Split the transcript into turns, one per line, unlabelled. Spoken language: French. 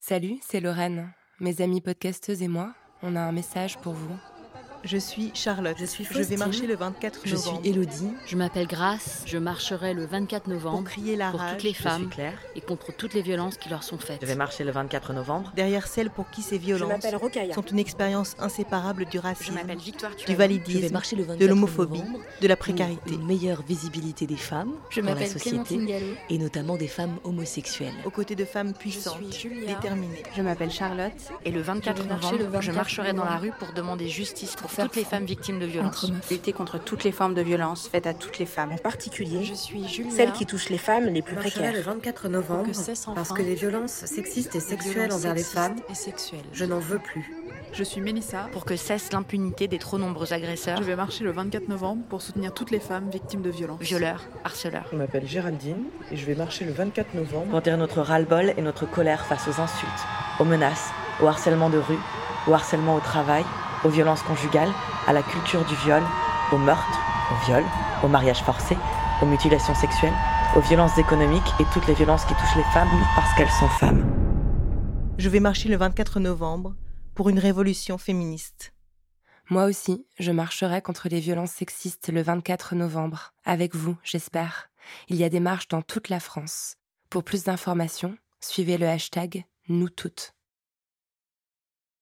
Salut, c'est Lorraine. Mes amis podcasteuses et moi, on a un message pour vous.
Je suis Charlotte.
Je suis
Je vais
Faustine.
marcher le 24
Je suis
novembre.
Élodie.
Je m'appelle Grace, je marcherai le 24
Pour
novembre
crier la
pour
rage
toutes les
Je suis
femmes
Claire.
et contre toutes les violences qui leur sont faites.
Je vais marcher le 24 novembre.
derrière celles pour qui ces
Je
violences
m'appelle Rokhaya.
sont une expérience inséparable du racisme,
Victoire
du
Je vais
validisme,
marcher le 24
de l'homophobie,
novembre
de la
pour
précarité.
Une meilleure visibilité des femmes
Je
dans la
m'appelle
société
Clémentine Gallo.
et notamment des femmes homosexuelles.
Aux côtés de femmes
Je suis
puissantes,
Julia.
déterminées.
Je m'appelle Charlotte.
Et le 24
Je vais marcher
novembre,
le
je
24
marcherai dans la
novembre.
rue pour demander justice pour,
Pour faire
toutes les
front
femmes victimes de
Entre
violences.
meufs. Lutter contre toutes les formes de violence faites à toutes les femmes.
En particulier,
Je suis Julia.
celles qui touchent les femmes les plus
marcherai le
précaires.
24
Pour
novembre
que cesse enfin
parce que les violences sexistes et
les
sexuelles
violences
envers les
sexistes
femmes,
et sexuelles.
je n'en veux plus.
Je suis Mélissa.
Pour que cesse l'impunité des trop nombreux agresseurs,
Je vais marcher le 24 novembre pour soutenir toutes les femmes victimes de violences.
violeurs, harceleurs.
Je m'appelle Géraldine et je vais marcher le 24 novembre.
Pour dire notre ras-le-bol et notre colère face aux insultes, aux menaces, au harcèlement de rue, au harcèlement au travail, aux violences conjugales, à la culture du viol, au meurtre, au viol, au mariage forcé, aux mutilations sexuelles, aux violences économiques et toutes les violences qui touchent les femmes parce qu'elles sont femmes.
Je vais marcher le 24 novembre pour une révolution féministe.
Moi aussi, je marcherai contre les violences sexistes le 24 novembre. Avec vous, j'espère. Il y a des marches dans toute la France. Pour plus d'informations, suivez le hashtag nous toutes.